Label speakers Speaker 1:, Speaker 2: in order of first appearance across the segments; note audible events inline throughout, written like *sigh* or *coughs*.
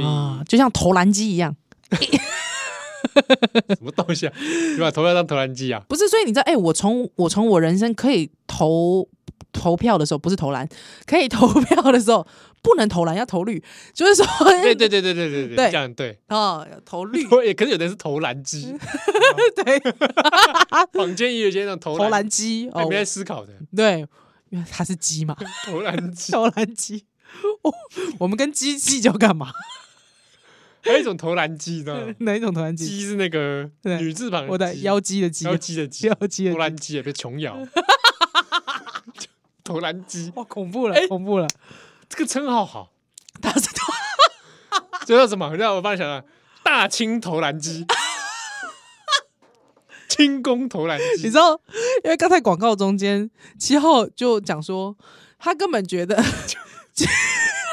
Speaker 1: 啊
Speaker 2: 啊就像投篮机一样。
Speaker 1: 什么东西啊？ *laughs* 你把投票当投篮机啊？
Speaker 2: 不是，所以你知道，哎、我从我从我人生可以投投票的时候，不是投篮， *laughs* 可以投票的时候不能投篮，要投绿，就是说，
Speaker 1: *laughs* 对对对对对对
Speaker 2: 对
Speaker 1: 这样对。
Speaker 2: *laughs*
Speaker 1: 嗯
Speaker 2: 哦，投绿，
Speaker 1: 我也可是有的人是 *laughs* 投篮机，
Speaker 2: 对，
Speaker 1: 坊间也有些那种投
Speaker 2: 投
Speaker 1: 篮，
Speaker 2: 篮机，
Speaker 1: 还
Speaker 2: 哦
Speaker 1: 没，在思考的
Speaker 2: 对，因为它是鸡嘛，
Speaker 1: 投篮机。*laughs*
Speaker 2: *laughs* 投篮机。我我们跟鸡计较干嘛？
Speaker 1: 还有一种投篮机，你知道吗？
Speaker 2: 哪一种投篮机？
Speaker 1: 鸡是那个
Speaker 2: 对
Speaker 1: 女字旁，
Speaker 2: 我的
Speaker 1: 鸡
Speaker 2: 妖姬的鸡，
Speaker 1: 腰
Speaker 2: *laughs*
Speaker 1: 鸡的鸡
Speaker 2: 妖，姬的
Speaker 1: 投
Speaker 2: 鸡，
Speaker 1: 篮机也被琼 *laughs* 瑶，投篮机
Speaker 2: 哇，哦恐怖了，
Speaker 1: 哎
Speaker 2: 恐怖了！ *laughs*
Speaker 1: 这个称号好，
Speaker 2: 他是投
Speaker 1: 这叫什么？让我帮你想想，大清投篮 *laughs* 机，清宫投篮
Speaker 2: 你
Speaker 1: 机，
Speaker 2: 知道，因为刚才广告中间七号就讲说，他根本觉得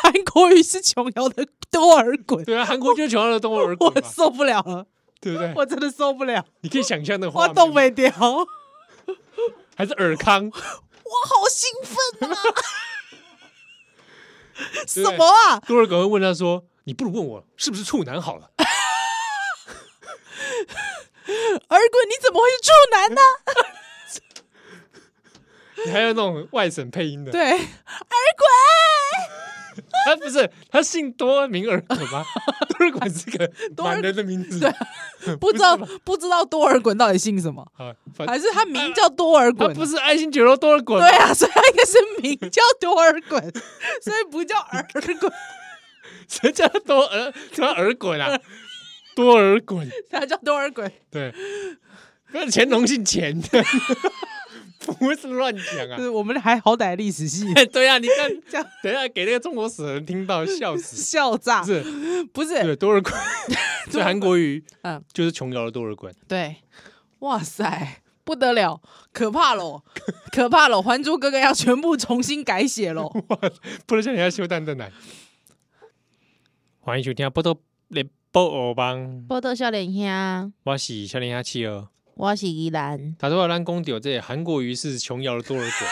Speaker 2: 韩国瑜是琼瑶的多尔衮，
Speaker 1: 对啊，韩国就是琼瑶的动物耳骨
Speaker 2: 我
Speaker 1: 嘛，
Speaker 2: 受不了了，
Speaker 1: 对不对？
Speaker 2: 我真的受不了，
Speaker 1: 你可以想象那个
Speaker 2: 我
Speaker 1: 画
Speaker 2: 动
Speaker 1: 面，
Speaker 2: 没掉，我
Speaker 1: 还是尔康，
Speaker 2: 好兴
Speaker 1: *laughs*
Speaker 2: 奋啊！
Speaker 1: 对
Speaker 2: 什么啊？
Speaker 1: 多尔衮会问他说：“你不如问我是不是处男好
Speaker 2: *laughs*
Speaker 1: 了。
Speaker 2: 尔滚，你怎么会是处男呢？”
Speaker 1: 你还有那种外省配音的，
Speaker 2: 对，
Speaker 1: 他不是他姓多名尔衮
Speaker 2: *laughs*
Speaker 1: 吗？多尔衮是个
Speaker 2: 多尔
Speaker 1: 满人的名字，
Speaker 2: 不知道不知道多尔衮到底姓什么，
Speaker 1: 啊，反
Speaker 2: 还是他名叫多尔
Speaker 1: 他
Speaker 2: 衮？
Speaker 1: 不是爱新觉罗多尔衮吗
Speaker 2: 对啊，所以他应该是名叫多尔衮，所以不叫
Speaker 1: *laughs*
Speaker 2: 尔滚，
Speaker 1: 谁叫他多尔？叫他尔滚啊？多尔滚，
Speaker 2: 他叫多尔衮。
Speaker 1: 对，不要乾隆姓钱 *laughs* 的，不是乱讲
Speaker 2: 就 *laughs*
Speaker 1: 啊！
Speaker 2: 是我们还好歹历
Speaker 1: *laughs*
Speaker 2: 史系
Speaker 1: 对啊，你看，
Speaker 2: 这样
Speaker 1: 等一下给那个中国死人听到笑死，
Speaker 2: 笑炸
Speaker 1: 不，是？
Speaker 2: 不是？
Speaker 1: 对，多尔衮，所以韩国语
Speaker 2: 嗯，
Speaker 1: 就是琼瑶的多尔衮，
Speaker 2: 对，哇塞，不得了，可怕喽，可怕喽，《还珠格格》要全部重新改
Speaker 1: *laughs*
Speaker 2: 写喽。
Speaker 1: 不能像人家修蛋的奶。欢迎收听《波多连波欧帮》，
Speaker 2: 波多笑脸兄，
Speaker 1: 我是小林阿七儿。
Speaker 2: 我是依兰。
Speaker 1: 他说咱公丢这韩国瑜是琼瑶的多尔衮。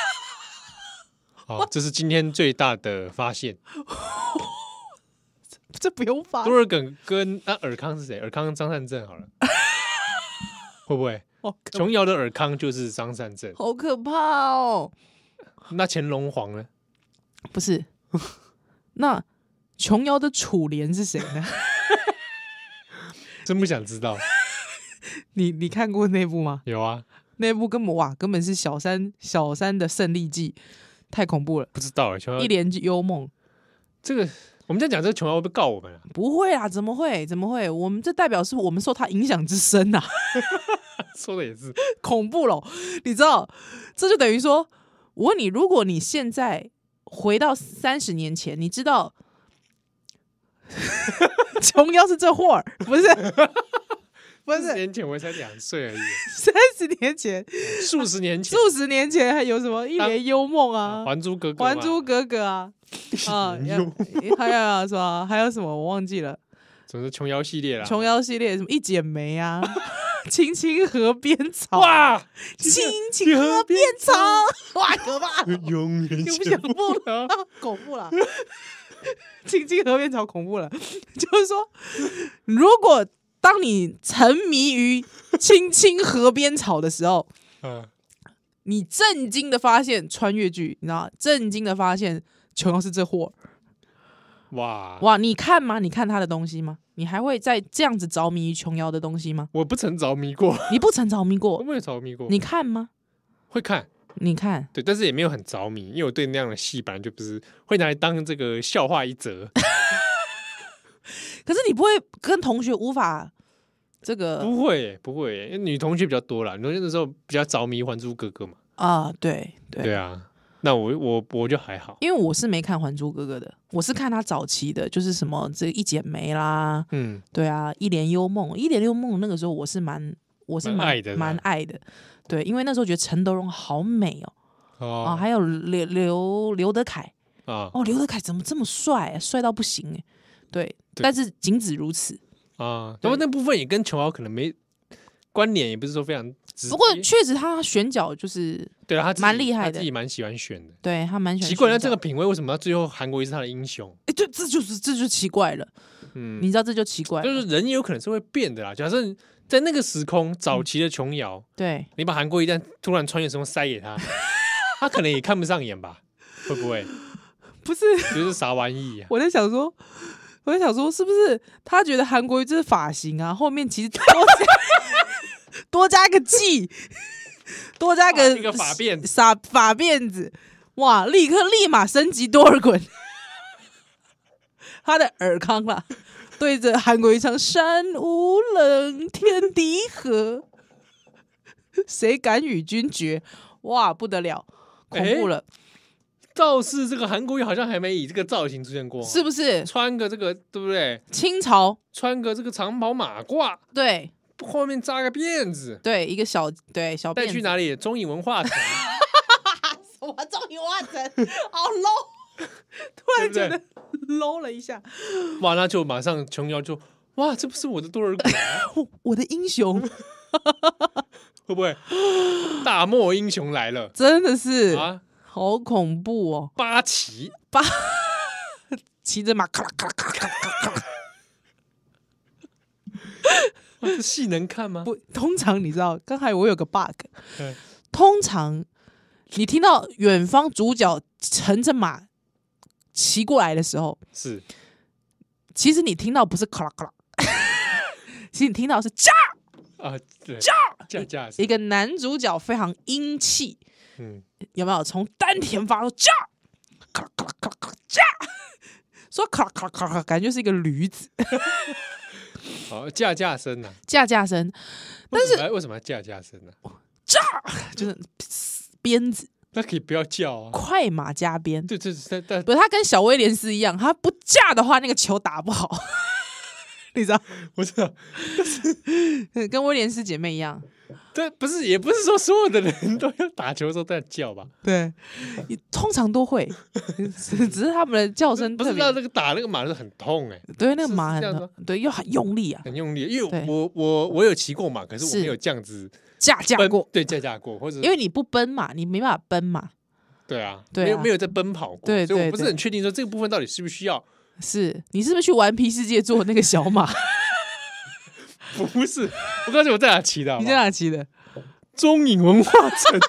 Speaker 1: 好，这是今天最大的发现。
Speaker 2: 这不用发
Speaker 1: 多，尔衮跟那尔康是谁？尔康跟张善政好了，会不会？
Speaker 2: 好可
Speaker 1: 琼瑶的尔康就是张善政，
Speaker 2: 好可怕哦！
Speaker 1: 那乾隆皇呢？
Speaker 2: 不
Speaker 1: *laughs*
Speaker 2: 是，那琼瑶的楚莲是谁呢？ *laughs*
Speaker 1: 真不想知道。
Speaker 2: 你你看过那部吗？
Speaker 1: 有啊，
Speaker 2: 那部根本哇，根本是小三小三的胜利记，太恐怖了，
Speaker 1: 不知道哎、琼
Speaker 2: 一
Speaker 1: 瑶
Speaker 2: 帘幽梦。
Speaker 1: 这个，我们这样讲，这个琼瑶会不会告我们
Speaker 2: *laughs*
Speaker 1: 啊？
Speaker 2: 不会啊，怎么会？怎么会？我们这代表是我们受他影响之深呐、
Speaker 1: 说的也是，
Speaker 2: *laughs* 恐怖咯，你知道，这就等于说，我问你，如果你现在回到三十年前，你知道 *laughs* 琼瑶是这货儿，不是？ *laughs* 不
Speaker 1: 十
Speaker 2: 是
Speaker 1: 年前我才两岁而
Speaker 2: *laughs*
Speaker 1: 已，
Speaker 2: 三十年前，
Speaker 1: 数十年前，
Speaker 2: 数十年前还有什么《一帘幽梦》啊，
Speaker 1: 还珠格格》
Speaker 2: 《还珠格格》啊，啊， *laughs*
Speaker 1: 哎
Speaker 2: 要
Speaker 1: 呦
Speaker 2: 还有什么？还有什么？我忘记了。
Speaker 1: 总之琼瑶系列啦。
Speaker 2: 琼瑶系列什么一剪梅啊， *laughs* 青青河边草，
Speaker 1: 哇，
Speaker 2: 青
Speaker 1: *laughs*
Speaker 2: 青河边草，哇，可怕，
Speaker 1: 永远
Speaker 2: 就不
Speaker 1: 戒
Speaker 2: 想不 *laughs*
Speaker 1: 了。
Speaker 2: 啊 *laughs* 恐怖了，青青河边草恐怖了， *laughs* 就是说，如果当你沉迷于青青河边草的时候，啊
Speaker 1: 嗯，
Speaker 2: 你震惊的发现穿越剧，你知道吗？震惊的发现琼瑶是这货，
Speaker 1: 哇，
Speaker 2: 哇，你看吗？你看他的东西吗？你还会再这样子着迷于琼瑶的东西吗？
Speaker 1: 我不曾着迷过，
Speaker 2: 你不曾着迷
Speaker 1: 我
Speaker 2: 过，
Speaker 1: 没有着迷过。
Speaker 2: 你看吗？
Speaker 1: 会看，
Speaker 2: 你看，
Speaker 1: 对，但是也没有很着迷，因为我对那样的戏本来就不是会拿来当这个笑话一
Speaker 2: *laughs*
Speaker 1: 则，
Speaker 2: 可是你不会跟同学无法这个
Speaker 1: 不会耶不会耶，因为女同学比较多啦，女同学那时候比较着迷《还珠格格》嘛，
Speaker 2: 啊，对对
Speaker 1: 对啊，那我我我就还好，
Speaker 2: 因为我是没看《还珠格格》的，我是看他早期的，就是什么这一剪梅啦，
Speaker 1: 嗯，
Speaker 2: 对啊，一帘幽梦，一帘幽梦那个时候我是蛮我是
Speaker 1: 蛮
Speaker 2: 蛮
Speaker 1: 爱的啦啊
Speaker 2: 蛮爱的，对，因为那时候觉得陈德容好美哦，啊，
Speaker 1: 哦
Speaker 2: 还有刘刘刘德凯，
Speaker 1: 啊
Speaker 2: 哦，刘德凯怎么这么帅、啊，帅到不行哎、对，
Speaker 1: 对
Speaker 2: 但是仅止如此，
Speaker 1: 啊，
Speaker 2: 对
Speaker 1: 然后那部分也跟琼瑶可能没关联，也不是说非常直
Speaker 2: 不过
Speaker 1: 接
Speaker 2: 确实他选角就是
Speaker 1: 对啊，他自己
Speaker 2: 蛮厉
Speaker 1: 他
Speaker 2: 害的
Speaker 1: 自己蛮喜欢选的。
Speaker 2: 对他蛮喜欢
Speaker 1: 奇
Speaker 2: 选角。
Speaker 1: 怪，那这个品味为什么他最后韩国瑜是他的英雄？
Speaker 2: 哎，对，这就是这就奇怪了，
Speaker 1: 嗯，
Speaker 2: 你知道这就奇怪
Speaker 1: 就
Speaker 2: 了，
Speaker 1: 是人也有可能是会变的啦。假设在那个时空早期的琼瑶，
Speaker 2: 对，
Speaker 1: 你把韩国瑜一旦突然穿越时空塞给 *laughs* 他，他可能也看不上眼吧？会不会
Speaker 2: 不是
Speaker 1: 就是啥玩意啊？
Speaker 2: 我在想说，我在想说，是不是他觉得韩国瑜这是发型啊？后面其实多加多加一个髻， *laughs* 多加
Speaker 1: 啊
Speaker 2: 个
Speaker 1: 一个发辫子
Speaker 2: 傻发辫子，哇！立刻立马升级多尔衮， *laughs* 他的尔康啦，对着韩国瑜唱“山无棱，天地合”，谁敢与君绝？哇，不得了，恐怖
Speaker 1: 哎
Speaker 2: 了，
Speaker 1: 倒是这个韩国瑜好像还没以这个造型出现过啊，
Speaker 2: 是不是？
Speaker 1: 穿个这个对不对？
Speaker 2: 清朝
Speaker 1: 穿个这个长袍马褂，
Speaker 2: 对。
Speaker 1: 后面扎个辫子，
Speaker 2: 对，一个小对小
Speaker 1: 带
Speaker 2: 哦辫
Speaker 1: 去
Speaker 2: 子
Speaker 1: 哪里？中影文化城，
Speaker 2: *laughs* 我终于完成，好 low，突然
Speaker 1: 对
Speaker 2: 觉得 low 了一下。
Speaker 1: 哇，那就马上琼瑶就哇，这不是我的多尔衮啊，
Speaker 2: 我哦我的英雄 *laughs*
Speaker 1: 会不会大漠英雄来了
Speaker 2: 真的是、
Speaker 1: 啊？
Speaker 2: 好恐怖哦！
Speaker 1: 八旗
Speaker 2: 骑着马咔啦咔啦咔啦咔啦咔啦咔啦。
Speaker 1: 哇这戏能看吗？
Speaker 2: *laughs* 不，通常你知道，刚才我有个 bug，
Speaker 1: 嗯
Speaker 2: 通常你听到远方主角乘着马骑过来的时候，
Speaker 1: 是
Speaker 2: 其实你听到不是咔啦咔啦， *laughs* 其实你听到是 *laughs* 炸
Speaker 1: 啊，对，架架架
Speaker 2: 一个男主角非常英气，
Speaker 1: 嗯，
Speaker 2: 有没有从丹田发出叫，咔啦咔啦咔啦咔啦叫， *laughs* 说咔啦咔啦咔啦咔啦，感觉是一个驴子
Speaker 1: 好架架声呐，
Speaker 2: 架架声，
Speaker 1: 但是为什么要架架声呢？
Speaker 2: *laughs* 就是鞭子
Speaker 1: 那可以不要叫啊，
Speaker 2: 快马加鞭。
Speaker 1: 对，这是但
Speaker 2: 不是，他跟小威廉斯一样，他不架的话，那个球打不好， *laughs* 你知道，
Speaker 1: 我知道，
Speaker 2: 跟威廉斯姐妹一样。
Speaker 1: 但不是也不是说所有的人都要打球的时候都要叫吧？
Speaker 2: 对，通常都会， *laughs* 只只是他们的叫声
Speaker 1: 不
Speaker 2: 特
Speaker 1: 是那
Speaker 2: 别，
Speaker 1: 这个打那个马是很痛哎，
Speaker 2: 对那个
Speaker 1: 是
Speaker 2: 马
Speaker 1: 是这
Speaker 2: 很
Speaker 1: 样
Speaker 2: 疼对，又很用力啊，
Speaker 1: 很用力，因为
Speaker 2: 对
Speaker 1: 我我我有骑过马，可是我
Speaker 2: 是
Speaker 1: 没有这样子
Speaker 2: 架架
Speaker 1: 奔
Speaker 2: 过，
Speaker 1: 对架架过，或者
Speaker 2: 因为你不奔嘛，你没办法奔嘛，
Speaker 1: 对啊，
Speaker 2: 对啊
Speaker 1: 没有没有在奔跑过，
Speaker 2: 对
Speaker 1: 所以
Speaker 2: 对
Speaker 1: 我不是
Speaker 2: 对
Speaker 1: 很确定说这个部分到底需不需要， *laughs*
Speaker 2: 是你是不是去顽皮世界做那个小马？
Speaker 1: 不是，我告诉你我在哪骑的好不
Speaker 2: 你
Speaker 1: 好，
Speaker 2: 在哪骑的？
Speaker 1: 中影文化城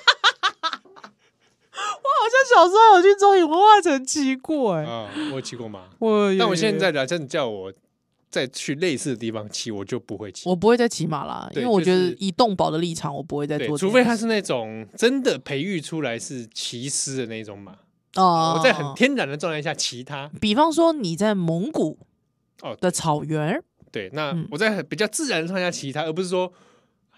Speaker 2: 好像小时候有去中影文化城骑过哎、
Speaker 1: 啊，我骑过马，
Speaker 2: 我有
Speaker 1: 但我现
Speaker 2: 有
Speaker 1: 在假设你叫我再去类似的地方骑，我就不会骑。
Speaker 2: 我不会再骑马啦，因
Speaker 1: 对
Speaker 2: 为我
Speaker 1: 就
Speaker 2: 觉得
Speaker 1: 是
Speaker 2: 以动保的立场，我不会再
Speaker 1: 对
Speaker 2: 做，这件事。
Speaker 1: 除非他是那种真的培育出来是骑师的那种马，
Speaker 2: 哦，
Speaker 1: 我在很天然的状态下骑它。
Speaker 2: 比方说你在蒙古
Speaker 1: 哦
Speaker 2: 的草原，
Speaker 1: 对，那
Speaker 2: 嗯
Speaker 1: 我在很比较自然的状态下骑它，而不是说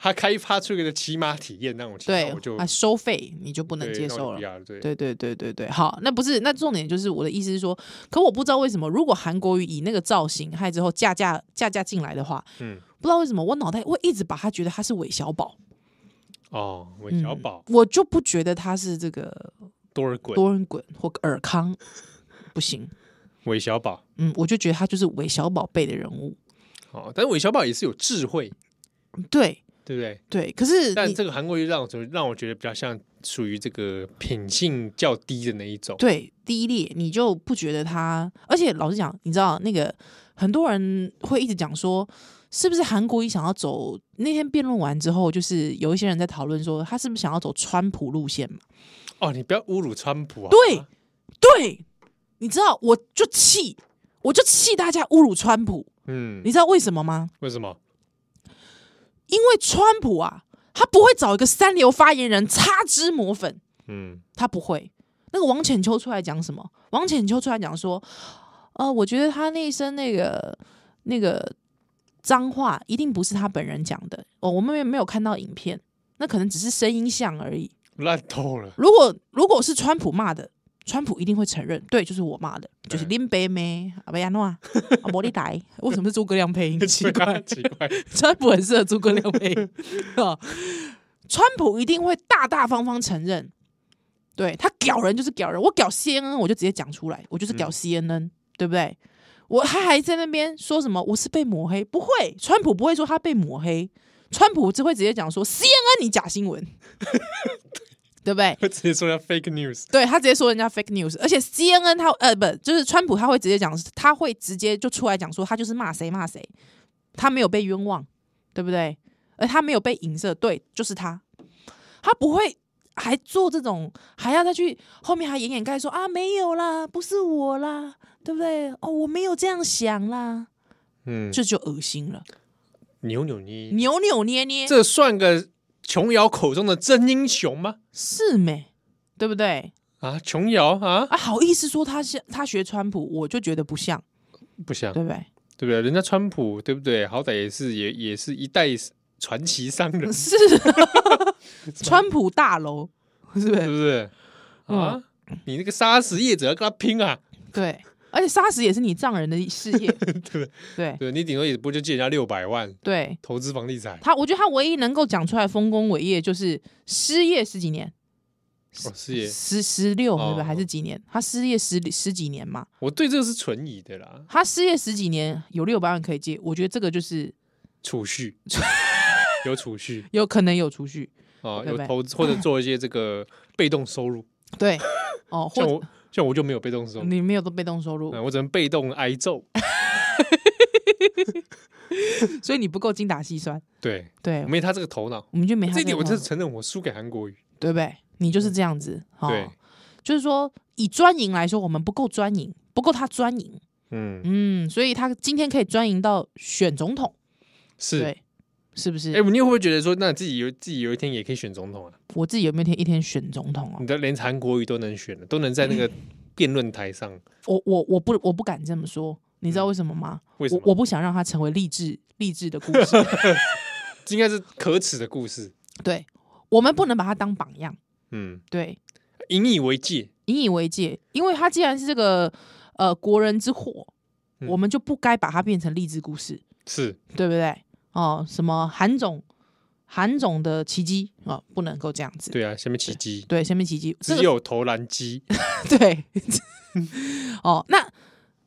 Speaker 1: 他开发出一个骑马体验让我骑，
Speaker 2: 对
Speaker 1: 那我就，
Speaker 2: 啊，收费你就不能
Speaker 1: 对
Speaker 2: 接
Speaker 1: 那我
Speaker 2: 受
Speaker 1: 就不
Speaker 2: 了。
Speaker 1: 要了。对，
Speaker 2: 对对对对对，好，那不是那重点就是我的意思是说，可我不知道为什么，如果韩国瑜以那个造型还之后架架架架进来的话，
Speaker 1: 嗯，
Speaker 2: 不知道为什么我脑袋会一直把他觉得他是韦小宝，
Speaker 1: 哦，韦小
Speaker 2: 嗯
Speaker 1: 宝、
Speaker 2: 我就不觉得他是这个
Speaker 1: 多尔衮、
Speaker 2: 多人滚或尔康，不行，
Speaker 1: 韦小宝，
Speaker 2: 嗯，我就觉得他就是韦小宝辈的人物，
Speaker 1: 哦，但是韦小宝也是有智慧，
Speaker 2: 对
Speaker 1: 对不对？
Speaker 2: 对，可是
Speaker 1: 但
Speaker 2: 你
Speaker 1: 这个韩国瑜让我觉得让我觉得比较像属于这个品性较低的那一种。
Speaker 2: 对第一列，你就不觉得他，而且老实讲，你知道那个很多人会一直讲说，是不是韩国瑜想要走？那天辩论完之后，就是有一些人在讨论说，他是不是想要走川普路线嘛？
Speaker 1: 哦，你不要侮辱川普啊！
Speaker 2: 对对，你知道，我就气，我就气大家侮辱川普，
Speaker 1: 嗯
Speaker 2: 你，知道为什么吗？
Speaker 1: 为什么？
Speaker 2: 因为川普啊，他不会找一个三流发言人擦脂抹粉，
Speaker 1: 嗯，
Speaker 2: 他不会。那个王浅秋出来讲什么？王浅秋出来讲说，呃，我觉得他那一声那个那个脏话一定不是他本人讲的，哦，我们也没有看到影片，那可能只是声音像而已。
Speaker 1: 烂透了。
Speaker 2: 如果如果是川普骂的，川普一定会承认，对，就是我骂的，就是
Speaker 1: 对
Speaker 2: 林北妹阿贝亚诺啊，阿莫利达，为什么是诸葛亮配音？ *laughs* 奇
Speaker 1: *laughs* 对啊
Speaker 2: 怪，
Speaker 1: 奇怪，
Speaker 2: 川普很适合诸葛亮配音啊。川普一定会大大方方承认，对他屌人就是屌人，我屌 CNN 我就直接讲出来，我就是屌
Speaker 1: 嗯
Speaker 2: CNN，、对不对？我他还在那边说什么我是被抹黑，不会，川普不会说他被抹黑，川普只会直接讲说 CNN 你假新闻， *laughs* 对不对？
Speaker 1: 会直接说要 fake news，
Speaker 2: 对他直接说人家 fake news，而且 CNN 他呃不就是川普他会直接讲，他会直接就出来讲说他就是骂谁骂谁，他没有被冤枉，对不对？而他没有被影射，对，就是他，他不会还做这种，还要再去后面还掩掩盖说啊没有啦，不是我啦，对不对？哦，我没有这样想啦，
Speaker 1: 嗯，
Speaker 2: 这就恶心了，
Speaker 1: 扭扭捏，
Speaker 2: 扭扭捏捏
Speaker 1: 这算个琼瑶口中的真英雄吗？
Speaker 2: 是没，对不对？
Speaker 1: 啊，琼瑶啊，
Speaker 2: 啊，好意思说他像他学川普，我就觉得不像，
Speaker 1: 不像，
Speaker 2: 对不对？
Speaker 1: 对不对？人家川普，对不对？好歹也是也也是一代传奇商 *laughs* 人，
Speaker 2: *laughs* 是啊川普大楼，是不
Speaker 1: 是
Speaker 2: 是？
Speaker 1: 不是？啊，你那个杀死业者要跟他拼啊， *laughs*
Speaker 2: 对，而且杀死也是你丈人的事业，
Speaker 1: 对不对？
Speaker 2: 对
Speaker 1: 对你顶多也不就借人家六百万
Speaker 2: 对。
Speaker 1: 投资房地产，
Speaker 2: 他，我觉得他唯一能够讲出来丰功伟业，就是失业十几年，
Speaker 1: 哦，是也，
Speaker 2: 十十六是不是
Speaker 1: 哦
Speaker 2: 还是几年？他失业十十几年嘛，
Speaker 1: 我对这个是存疑的啦，
Speaker 2: 他失业十几年有六百万可以借，我觉得这个就是
Speaker 1: 储 *laughs* 蓄有储蓄
Speaker 2: 有可能有储蓄，
Speaker 1: 啊，
Speaker 2: 对
Speaker 1: 有
Speaker 2: 不对
Speaker 1: 投 *laughs* 资或者做一些这个被动收入，
Speaker 2: 对， *laughs* 哦，或
Speaker 1: 像
Speaker 2: 者
Speaker 1: 我像我就没有被动收入，
Speaker 2: 你没有都被动收入，
Speaker 1: 嗯，我只能被动挨揍，
Speaker 2: 所以你不够精打细算，
Speaker 1: 对，
Speaker 2: 对，
Speaker 1: 没他这个头脑，
Speaker 2: 我们就没他
Speaker 1: 这一点
Speaker 2: 那
Speaker 1: 我
Speaker 2: 个
Speaker 1: 真的承认我输给韩国瑜，
Speaker 2: 对不对？你就是这样子，哦、
Speaker 1: 对，
Speaker 2: 就是说以专营来说，我们不够专营，不够他专营，
Speaker 1: 嗯，
Speaker 2: 嗯，所以他今天可以专营到选总统，
Speaker 1: 是，
Speaker 2: 对，是不是？
Speaker 1: 哎、你会不会觉得说，那自己有自己有一天也可以选总统啊？
Speaker 2: 我自己有没有天一天选总统啊
Speaker 1: 你？的连韩国瑜都能选了，都能在那个辩论台上，
Speaker 2: 我我我不我不敢这么说，你知道为什么吗？
Speaker 1: 为什么
Speaker 2: 我我不想让他成为励志励志的故
Speaker 1: *laughs*
Speaker 2: 事，
Speaker 1: 这应该是可耻的故事。
Speaker 2: 对我们不能把他当榜样，
Speaker 1: 嗯，
Speaker 2: 对，
Speaker 1: 引以为戒。
Speaker 2: 引以为戒，因为他既然是这个呃国人之祸，
Speaker 1: 嗯
Speaker 2: 我们就不该把它变成励志故事。
Speaker 1: 是，
Speaker 2: 对不对？哦，什么韩总，韩总的奇迹啊、哦，不能够这样子。
Speaker 1: 对啊，下面起鸡，
Speaker 2: 对，前面奇迹，这
Speaker 1: 只
Speaker 2: 个
Speaker 1: 有投篮机。
Speaker 2: 对，哦，那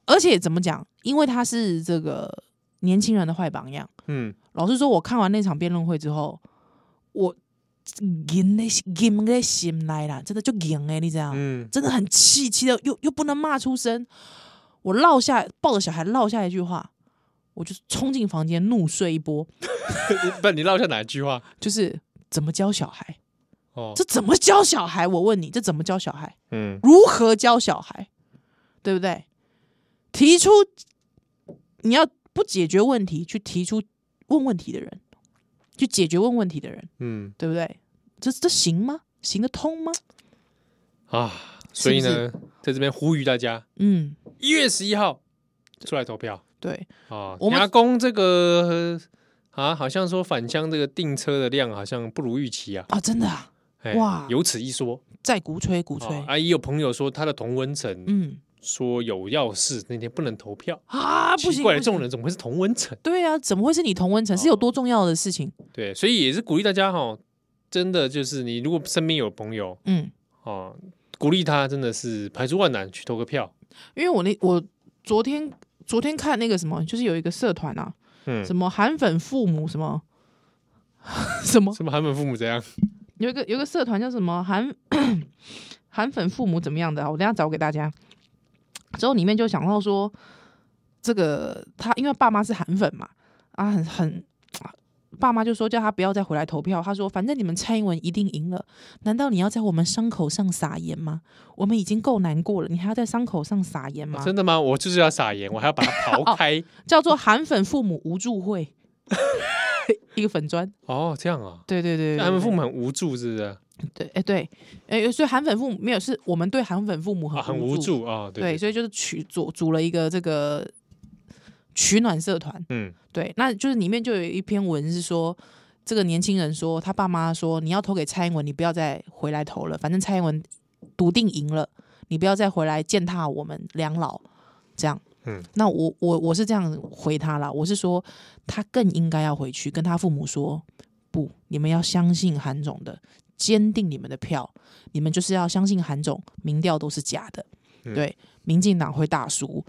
Speaker 2: 而且怎么讲？因为他是这个年轻人的坏榜样。 *laughs*
Speaker 1: 嗯，
Speaker 2: 老实说，我看完那场辩论会之后，我硬的硬的心来啦，真的就硬哎，你知道吗？
Speaker 1: 嗯，
Speaker 2: 真的很气，气的又又不能骂出声。我落下抱着小孩落下一句话，我就冲进房间怒睡一波。
Speaker 1: *laughs* 不，你落下哪一句话？
Speaker 2: 就是怎么教小孩？
Speaker 1: 哦
Speaker 2: 这，怎么教小孩？我问你，这怎么教小孩？
Speaker 1: 嗯，
Speaker 2: 如何教小孩？对不对？提出你要不解决问题，去提出问问题的人，去解决问问题的人，
Speaker 1: 嗯
Speaker 2: 对不对？这这行吗？行得通吗？
Speaker 1: 啊，所以呢，在这边呼吁大家，
Speaker 2: 嗯，
Speaker 1: 一月十一号出来投票
Speaker 2: 对，
Speaker 1: 啊。
Speaker 2: 我们
Speaker 1: 牙工这个啊，好像说返乡这个订车的量好像不如预期啊。
Speaker 2: 啊，真的啊，
Speaker 1: 哎
Speaker 2: 哇
Speaker 1: 有此一说。
Speaker 2: 再鼓吹鼓吹，
Speaker 1: 啊，啊也有朋友说他的同温层
Speaker 2: 嗯
Speaker 1: 说有要事，那天不能投票。
Speaker 2: 啊，不
Speaker 1: 奇
Speaker 2: 行，
Speaker 1: 怪了，
Speaker 2: 不
Speaker 1: 这种
Speaker 2: 行
Speaker 1: 人怎么会是同温层？
Speaker 2: 对啊，怎么会是你同温层？是有多重要的事情？
Speaker 1: 对，所以也是鼓励大家哈，真的就是你如果身边有朋友
Speaker 2: 嗯，
Speaker 1: 哦，鼓励他真的是排除万难去投个票。
Speaker 2: 因为我那我昨天昨天看那个什么，就是有一个社团啊，
Speaker 1: 嗯，
Speaker 2: 什么韩粉父母什么 *laughs* 什么，
Speaker 1: 什么韩粉父母怎样？
Speaker 2: 有一个有一个社团叫什么韩 *coughs* 韩粉父母怎么样的啊、我等一下找给大家。之后里面就想到说，这个他因为爸妈是韩粉嘛，啊很很。爸妈就说叫他不要再回来投票。他说：“反正你们蔡英文一定赢了，难道你要在我们伤口上撒盐吗？我们已经够难过了，你还要在伤口上撒盐吗？”
Speaker 1: 真的吗？我就是要撒盐，我还要把它刨
Speaker 2: *laughs*
Speaker 1: 开。
Speaker 2: 叫做韩粉父母无助会， *laughs* 一个粉砖。
Speaker 1: 哦，这样啊，
Speaker 2: 对对对对，
Speaker 1: 他们
Speaker 2: 对
Speaker 1: 父母很无助，是不是？
Speaker 2: 对，哎对，哎，所以韩粉父母没有，是我们对韩粉父母
Speaker 1: 啊，很
Speaker 2: 无
Speaker 1: 无。助啊，对
Speaker 2: 对，
Speaker 1: 对，
Speaker 2: 所以就是取组组了一个这个取暖社团。
Speaker 1: 嗯
Speaker 2: 对，那就是里面就有一篇文是说。这个年轻人说，他爸妈说，你要投给蔡英文，你不要再回来投了，反正蔡英文笃定赢了，你不要再回来践踏我们两老，这样。
Speaker 1: 嗯，
Speaker 2: 那我我我是这样回他啦，我是说他更应该要回去跟他父母说，不，你们要相信韩总的，坚定你们的票，你们就是要相信韩总，民调都是假的，
Speaker 1: 嗯
Speaker 2: 对，民进党会大输，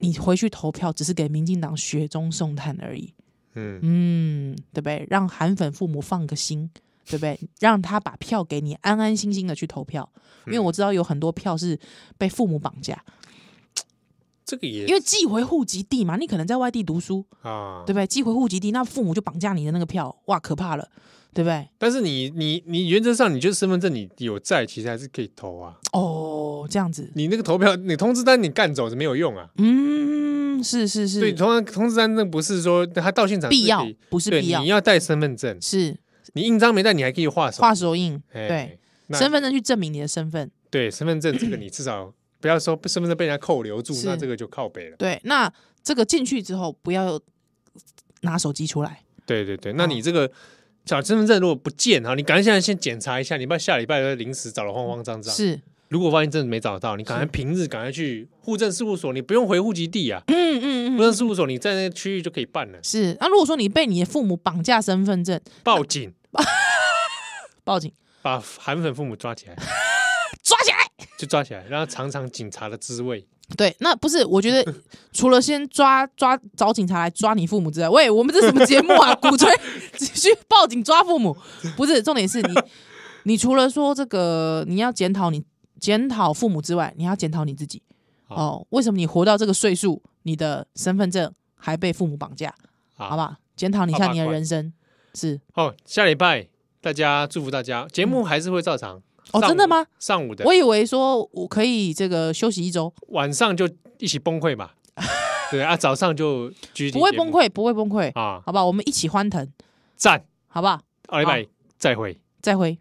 Speaker 2: 你回去投票只是给民进党雪中送炭而已，
Speaker 1: 嗯，
Speaker 2: 嗯，对不对？让韩粉父母放个心，对不对？让他把票给你，安安心心的去投票，因
Speaker 1: 嗯
Speaker 2: 为我知道有很多票是被父母绑架，
Speaker 1: 这个也
Speaker 2: 因为寄回户籍地嘛，你可能在外地读书，
Speaker 1: 啊
Speaker 2: 对，不对？寄回户籍地，那父母就绑架你的那个票，哇，可怕了，对不对？
Speaker 1: 但是你你你原则上，你就是身份证你有在，其实还是可以投啊。
Speaker 2: 哦，这样子，
Speaker 1: 你那个投票，你通知单你干走是没有用啊。
Speaker 2: 嗯，是是
Speaker 1: 对，
Speaker 2: 是，
Speaker 1: 通常通知单那不是说他到现场是
Speaker 2: 必要
Speaker 1: 可以
Speaker 2: 不是
Speaker 1: 对，
Speaker 2: 必要
Speaker 1: 你，要带身份证，
Speaker 2: 是
Speaker 1: 你印章没带，你还可以画手。
Speaker 2: 画手印，
Speaker 1: 哎
Speaker 2: 对，，
Speaker 1: 那
Speaker 2: 身份证去证明你的身份。
Speaker 1: 对身份证这个你至少不要说身份证被人家扣留住，
Speaker 2: 是
Speaker 1: 那这个就靠北了。
Speaker 2: 对，那这个进去之后不要拿手机出来，
Speaker 1: 对对对，那
Speaker 2: 哦
Speaker 1: 你这个找身份证如果不见哈，你赶快现在先检查一下，你不要下礼拜再临时找的慌慌张张。
Speaker 2: 是，
Speaker 1: 如果发现真的没找到，你赶快
Speaker 2: 是
Speaker 1: 平日赶快去户政事务所，你不用回户籍地啊，
Speaker 2: 嗯嗯
Speaker 1: 户
Speaker 2: 嗯，
Speaker 1: 政事务所你在那个区域就可以办了，
Speaker 2: 是。那、如果说你被你的父母绑架身份证，
Speaker 1: 报警
Speaker 2: *laughs* 报警
Speaker 1: 把韩粉父母抓起来，
Speaker 2: 抓起来。
Speaker 1: 就抓起来，让他尝尝警察的滋味。
Speaker 2: 对，那不是，我
Speaker 1: *laughs*
Speaker 2: 觉得除了先抓抓找警察来抓你父母之外，喂，我们这什么节目
Speaker 1: *laughs*
Speaker 2: 啊？鼓吹只去报警抓父母，不是重点是你， *laughs* 你除了说这个你要检讨你检讨父母之外，你要检讨你自己
Speaker 1: 好
Speaker 2: 哦，为什么你活到这个岁数，你的身份证还被父母绑架？
Speaker 1: 好
Speaker 2: 好不好？检讨你一
Speaker 1: 爸
Speaker 2: 下
Speaker 1: 爸
Speaker 2: 你的
Speaker 1: 关
Speaker 2: 人生，是
Speaker 1: 哦，下礼拜大家祝福大家，节目还是会照常。
Speaker 2: 哦，
Speaker 1: 上午
Speaker 2: 真的？吗？
Speaker 1: 上午的
Speaker 2: 我，以为说我可以这个休息一周，
Speaker 1: 晚上就一起崩
Speaker 2: *laughs*
Speaker 1: 溃嘛。对啊，早上就继续听
Speaker 2: 不会
Speaker 1: 节目
Speaker 2: 崩溃，不会崩溃，
Speaker 1: 啊！
Speaker 2: 好不好？我们一起欢腾，
Speaker 1: 赞，
Speaker 2: 好不好？
Speaker 1: 下礼拜再会。
Speaker 2: 再会。